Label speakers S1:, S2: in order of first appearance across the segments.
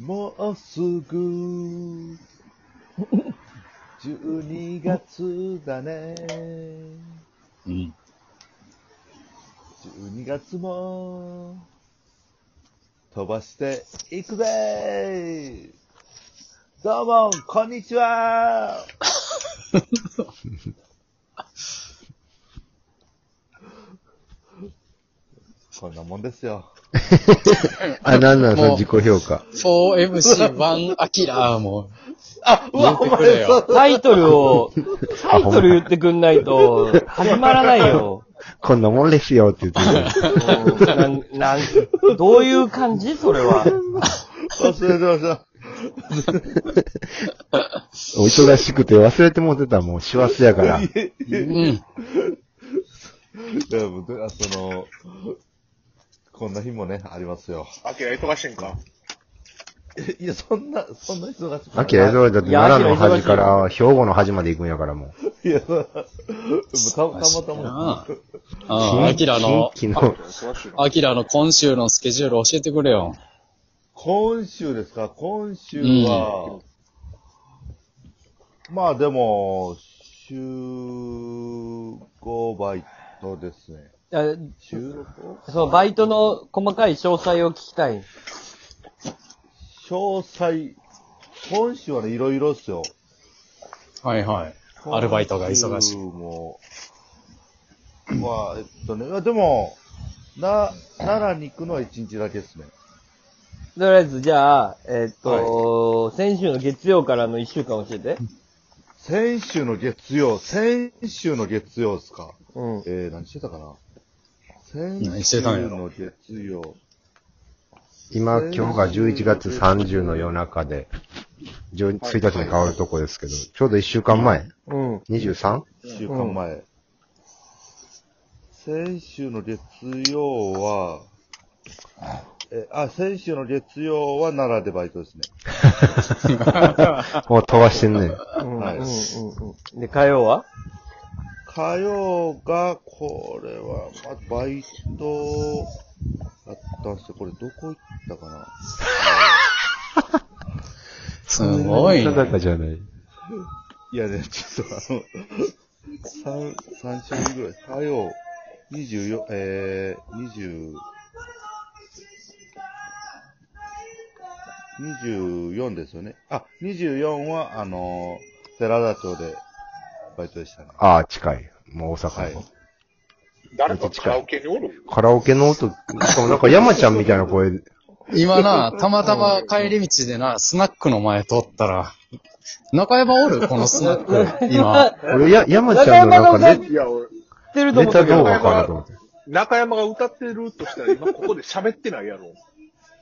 S1: もうす ぐ、12月だね。
S2: うん。
S1: 12月も、飛ばしていくぜどうも、こんにち はこんなもんですよ。
S3: あ、なんなんその
S2: もう
S3: 自己評価。
S2: 4MC1 アキラーも。
S1: あ、うわ、お
S2: 言ってくれ
S1: 前、
S2: よ
S1: そう
S4: タイトルを、タイトル言ってくんないと、始まらないよ。
S3: こんなもんですよって言ってる。
S4: なん、なん、どういう感じそれは。
S1: 忘れてました。
S3: お忙しくて忘れてもうてたもう師走やから。
S2: うん。
S1: いや、僕はその、こんな日もね、ありますよ。
S5: アキラ忙しいんか
S1: いや、そんな、そんな忙しくない。
S3: アキラ忙しいだって
S4: いや
S3: 奈良の
S4: ア
S3: 端
S4: キラ忙しい
S3: から兵庫の端まで行くんやからもう。
S1: いや、そうたたまたま。
S2: ああ、アキラの、
S3: 近畿の、
S5: 忙しいな。
S2: アキラの今週のスケジュール教えてくれよ。
S1: 今週ですか今週
S2: う
S1: は、まあでも、週5バイトですね。
S4: あ
S1: 週 5?
S4: そのバイトの細かい詳細を聞きたい。
S1: 詳細、今週はね、いろいろっすよ。
S2: はいはい。アルバイトが忙しい
S1: 今週もまあ、えっとね、あでも、な、奈良に行くのは一日だけですね。
S4: とりあえず、じゃあ、えっと、先週の月曜からの一週間教えて。
S1: 先週の月曜、先週の月曜ですか
S4: うん。
S1: えー、何してたかな先
S2: 何し
S1: 週
S2: てたんや
S1: の
S2: ろ
S1: 月曜。
S3: 今、今日が11月30の夜中で、1日に変わるとこですけど、ちょうど1週間前、
S4: うん。
S3: 23?
S1: 1週間前。先週の月曜は、え、あ、先週の月曜は奈良でバイトですね。
S3: もう飛ばしてんね。
S4: うん。
S1: はい
S4: うん。うん。で、火曜は
S1: 火曜が、これは、まあ、バイト、あったんですよ。これどこ行ったかな
S2: すごいね。
S3: 高じゃない。
S1: いやね、ちょっとあの、三、三種類ぐらい。火曜、二十四、えー、二十、二十四ですよね。あ、二十四は、あのー、寺田町でバイトでしたね。
S3: ああ、近い。もう大阪の。
S1: はい
S5: 誰かカラオケにおる
S3: カラオケの音、しかもなんか山ちゃんみたいな声、
S2: 今な、たまたま帰り道でな、スナックの前通ったら、中山おるこのスナック。今。
S3: 俺や、山ちゃんのなんかね
S5: いや、俺、
S4: 知ってると
S3: ネ
S4: 思った
S3: タ
S4: け
S3: 動
S4: ど。
S3: 画かなと思って。
S5: 中山が歌ってるとしたら今ここで喋ってないやろ。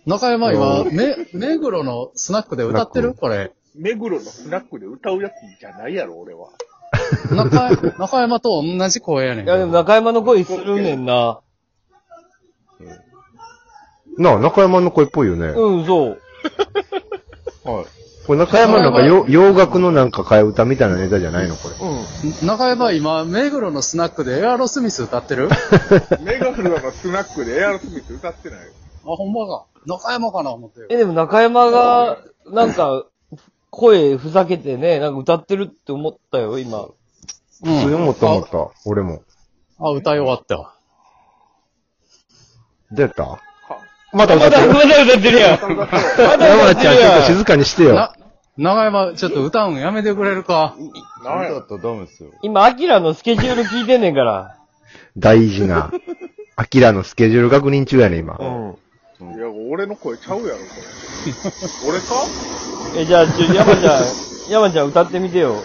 S2: 中山今、
S3: う
S2: め、目黒のスナックで歌ってるこれ。
S5: 目黒のスナックで歌うやつじゃないやろ、俺は。
S2: 中、中山と同じ声やねん
S4: い。や、でも中山の声するねんな。
S3: なあ、中山の声っぽいよね。
S4: うん、そう。
S1: はい。
S3: これ中山なんかよ洋楽のなんか替え歌みたいなネタじゃないのこれ。
S4: うん。
S2: 中山今、目黒のスナックでエアロスミス歌ってるあ、
S5: メガフルのスナックでエアロスミス歌ってない。
S2: ほんまか。中山かな思って
S4: え、でも中山が、なんか、声ふざけてね、なんか歌ってるって思ったよ、今。
S2: う
S3: 普通に
S2: ん。
S3: 思った思った。俺も。
S2: あ、歌い終わったわ。
S3: 出た
S5: は
S3: また歌ってる。
S4: まだ歌ってるやん。
S5: 歌う
S3: 山ちゃんちょっと静かにして よ。
S2: な、長山、ちょっと歌うんやめてくれるか。
S5: なんや
S1: だったらダメですよ。
S4: 今、アキラのスケジュール聞いてんねんから。
S3: 大事な。アキラのスケジュール確認中やね、今。
S4: うん。
S5: いや、俺の声ちゃうやろ、これ。 俺か
S4: え、じゃあ、ちょ、山ちゃん、山ちゃん歌ってみて よ。
S1: はい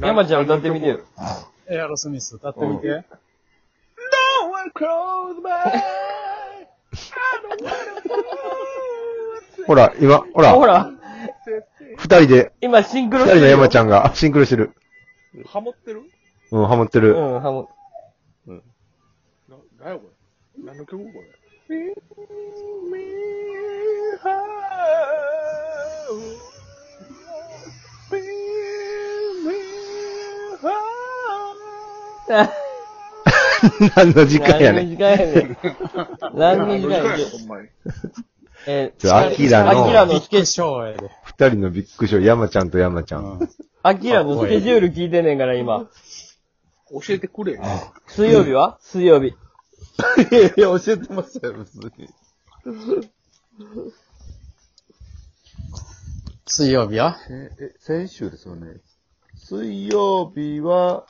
S4: 山ちゃん歌ってみてよ。。
S2: エアロスミス歌ってみて。
S5: No one close my eyes.
S3: ほら、今、ほ
S4: ほ
S3: ら、
S4: ら、
S3: 二人で、
S4: 今シンク
S3: 二
S4: ロ
S3: 人の山ち
S4: ゃ
S3: ゃんがシンクロしてる。
S5: ハモってる
S3: うん、ハモって
S4: う
S3: る。
S4: ん、ハモ。
S5: な、なよこれ。何の曲これ。
S3: 何の時間やねん。
S4: 何の時間やねん。何の時間やね ん。
S5: ほんまに。
S4: え
S3: ちょアキラの
S4: アキラ
S2: ビ
S4: のス
S2: ッグ
S4: ケ、
S2: ショーやで。
S3: 二人のビッグショー、山ちゃんと山ちゃん。
S4: アキラのスケジュール聞いてんねんから、今。
S5: 教えてくれよ。
S4: 水曜日は水曜日。
S1: いやいや、教えてますよ、別に。
S2: 水曜日は
S1: え、え先週ですよね。水曜日は、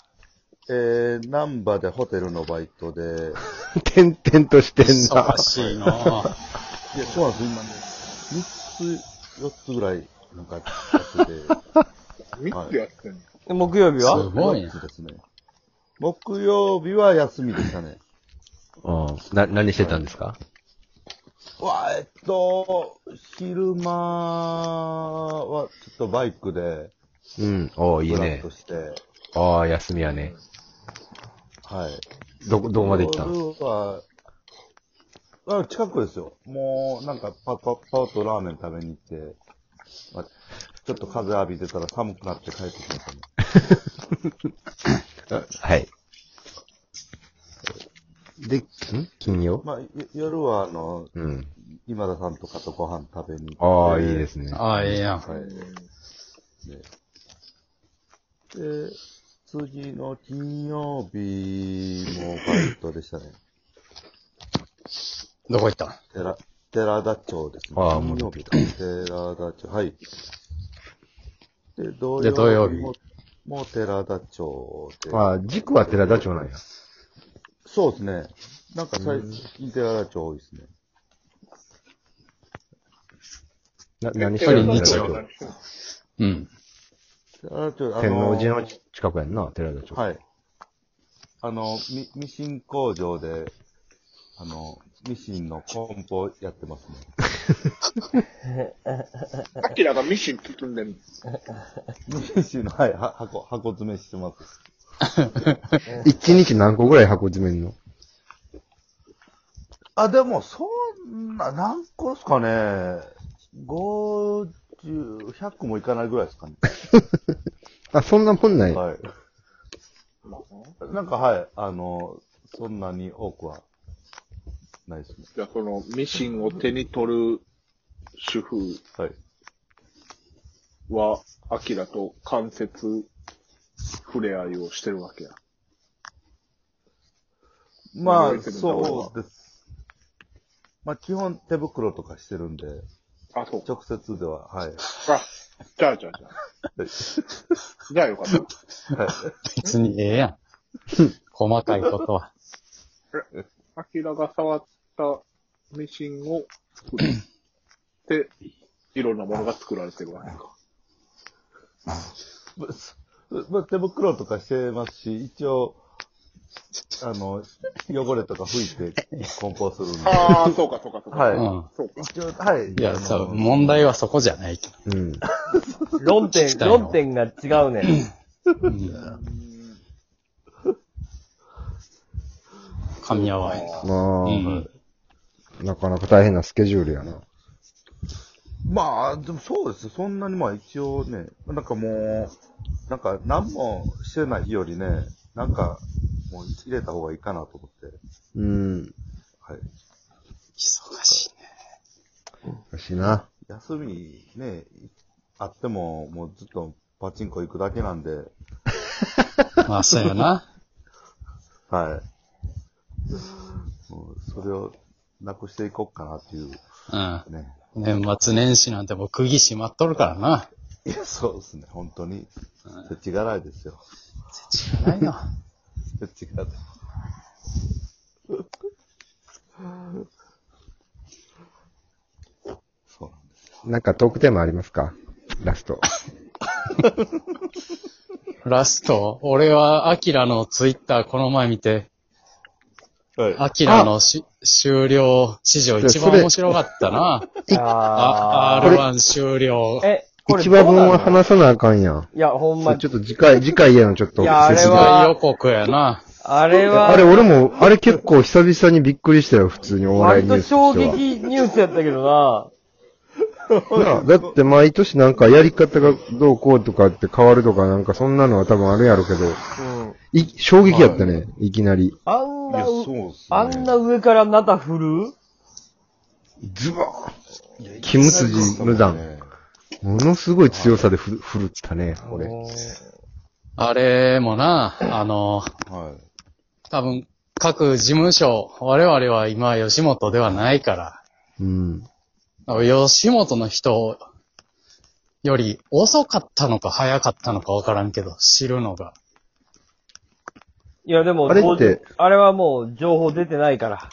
S1: えー、難波でホテルのバイトで、
S3: 点々としてんな
S2: 忙。しいなぁ。
S1: いや、そうなんです、今ね。3つ、4つぐらい、なんか、やってて。
S5: ミックやってんの。
S4: で木曜日
S2: そう
S4: は
S2: すごいね
S1: 4つですね。木曜日は休みでしたね。
S3: うん。な、何してたんですか
S1: わあ、えっと、昼間は、ちょっとバイクで、
S3: うん。おーいい
S1: ブラッ
S3: ね
S1: と。して、
S3: ああ、休みやね。
S1: はい。
S3: どこ、どこまで行ったの
S1: 夜は、あ近くですよ。もう、なんか、パッパッパッとラーメン食べに行って、まあちょっと風浴びてたら寒くなって帰ってきましたね。
S3: はい。で、ん金曜
S1: まあ、よ夜は、あの、
S3: うん。
S1: 今田さんとかとご飯食べに行っ
S3: ああ、
S1: て。。
S3: いいですすね。
S2: ああ、ええやん。
S1: はい。で、で次の金曜日もバイトでしたね。
S2: どこ行ったん
S1: 寺、寺田町ですね。
S3: ああもう
S1: 金
S3: 出
S1: 曜日
S3: てき
S1: か。寺田町、はい。で、土
S2: で土
S1: 曜
S2: 曜日
S1: 日も、もう寺田町で。
S3: ああ、軸は寺田町なんや。
S1: そうですね。なんか最近寺田町多いですね。
S3: な、何し
S5: 寺
S3: て
S5: 田
S3: るの
S5: 町
S3: 寺
S5: は
S3: 田町。
S5: 何してんの
S2: うん。
S1: 寺田町、あ
S3: 天王
S1: の
S3: 寺の近くやんな、寺田町。い。
S1: はい。あの、ミミシン工場で、あの、ミシンの梱包やってますね。
S5: アキラがミシン包んでる
S1: ミシンの、はい、は箱、箱詰めしてます。
S3: 一日何個ぐらい箱詰めんの
S1: あ、でも、そんな、何個ですかね。50、100もいかないぐらいですかね。
S3: あ、そんなもんない。
S1: はい。なんか、はい、あの、そんなに多くは、ないですね。
S5: じゃあ、このミシンを手に取る主婦
S1: はい。
S5: は、アキラと間接触れ合いをしてるわけや。
S1: ま
S5: 何を
S1: あ、
S5: 言ってるんだ俺は
S1: そうです。まあ、基本手袋とかしてるんで、
S5: あ、そうか。
S1: 直接では、はい。
S5: あ、じゃあじゃあじゃあ。 じゃあよかった。
S2: 別にええやん。細かいことは。
S5: アキラが触ったミシンを作って、いろんなものが作られてるわけか。
S1: まま手袋とかしてますし、一応、あの、汚れとか拭いて梱包するんで。
S5: ああ、そうか、そうか、そうか。
S1: は
S2: う
S1: い
S2: ん。
S5: そうか。
S1: 一応、はい。
S2: い
S1: あ
S2: や、
S1: の
S2: そう、問題はそこじゃないけ
S3: うん。
S4: 論点、
S2: たいの
S4: 論点が違うね。
S2: ど。うん。噛み合わへんな。
S3: まあ、
S2: うん。
S3: なかなか大変なスケジュールやな。
S1: まあ、でもそうです。そんなにまあ一応ね、なんかもう、なんか何もしてない日よりね、なんかもう入れた方がいいかなと思って。
S3: うん。
S1: はい。
S2: 忙しいね。
S3: おかしいな。
S1: 休みね、あってももうずっとパチンコ行くだけなんで、
S2: まあ、そうやな。
S1: はい。もうそれをなくしていこうかなっていう
S2: うん。
S1: ね。
S2: 年末年始なんてもう釘閉まっとるからな。
S1: いや、そうですね。本当に。世知辛いですよ。
S2: 知らないな。
S1: 世知辛い。そうなんです。
S3: なんかトークテーマありますかラスト。
S2: ラスト、俺はアキラのツイッターこの前見て、
S1: はい。
S2: アキラのし終了史上一番
S3: それ
S2: 面白かったな。
S4: あ
S2: あ、R1 終了。
S4: え、これ
S3: 一
S4: ど
S3: 話
S4: うなの
S3: 分は話さなあかんやん。
S4: いや、ほん
S3: それ
S4: ま
S3: ち、ょっと次回、次回やのちょっと。
S4: いやあれ
S3: 切
S4: は
S3: ない
S2: 大予告やな。
S4: あれは、
S3: あれ、俺も、あれ結構久々にびっくりしたよ、普通にお笑いニ
S4: 割
S3: ュー
S4: と
S3: スと
S4: 衝
S3: しては。
S4: 撃ニュースやったけどな。
S3: なあだって毎年なんかやり方がどうこうとかって変わるとかなんかそんなのは多分あるやろうけど、
S4: うん。
S3: い衝撃やったね、いきなり。
S4: あん
S1: いや、
S4: な、
S1: そううですね。
S4: あんな上からナタ振る
S3: ズバーンキムスジ無
S1: そう
S3: 惨。
S1: ね
S3: ものすごい強さでふる振るったね、これ。
S2: あれもな、あの、
S1: はい。
S2: 多分、各事務所、我々は今吉本ではないから、
S3: うん。
S2: 吉本の人より遅かったのか早かったのかわからんけど、知るのが。
S4: いや、でも、
S3: あれって
S4: 当時あれはもう情報出てないから。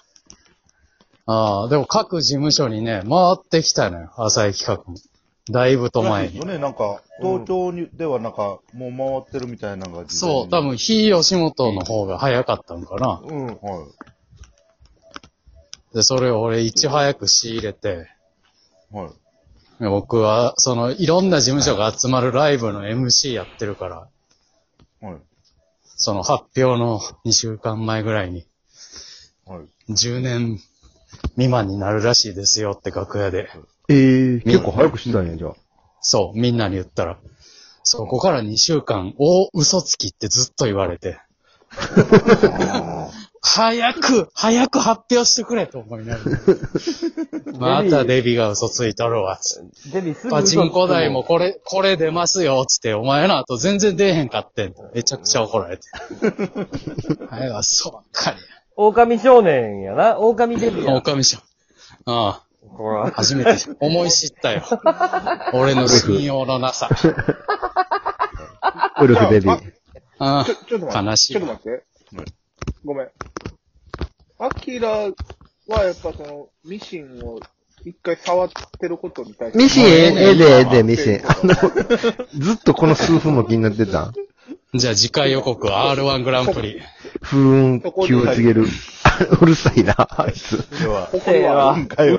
S2: ああ、でも各事務所にね、回ってきたのよ、浅井企画も。だいぶと前
S1: です
S2: に
S1: よ。ね、なんか、東京に、ではなんか、もう回ってるみたいなのが。
S2: そう、多分、。非吉本の方が早かったのかな。
S1: うん、はい。
S2: で、それを俺いち早く仕入れて、
S1: はい。
S2: 僕は、その、いろんな事務所が集まるライブの MC やってるから、
S1: はい。
S2: その発表の2週間前ぐらいに、
S1: はい。
S2: 10年未満になるらしいですよって楽屋で、
S3: ええ結構早くしてたんや、じゃあ。
S2: そう、みんなに言ったら、そこから2週間、お、嘘つきってずっと言われて、早く、早く発表してくれと思いながら。またデビが嘘ついとるわ。つって
S4: デビすぐ嘘
S2: パ
S4: つ
S2: チ
S4: く
S2: ンコ台も。これ、これ出ますよ、つって、お前の後全然出えへんかってんってめちゃくちゃ怒られて。あれはそうばっかりや。
S4: 狼少年やな。狼デビや。
S2: 狼じゃん。あ
S4: ほら
S2: あ、。初めて思い知ったよ。俺の信用のなさ。
S3: ウルフデビ
S5: あ
S3: ュー。
S2: ああ
S5: ちょ、ちょっと待って。
S2: 悲しい
S5: ちょっと待って。ごめん。アキラはやっぱその、ミシンを一回触ってることに対して。
S3: ミシン、
S2: もう
S3: え
S2: ええね
S3: ええで、ええで、ミシン。あ
S5: あ
S3: の、ずっとこの数分も気になってた。
S2: じゃあ次回予告 R1 グランプリ。
S3: 風雲、気をつける。うるさいな、あいつ。
S1: では、
S5: ここには
S4: あ
S1: 今回は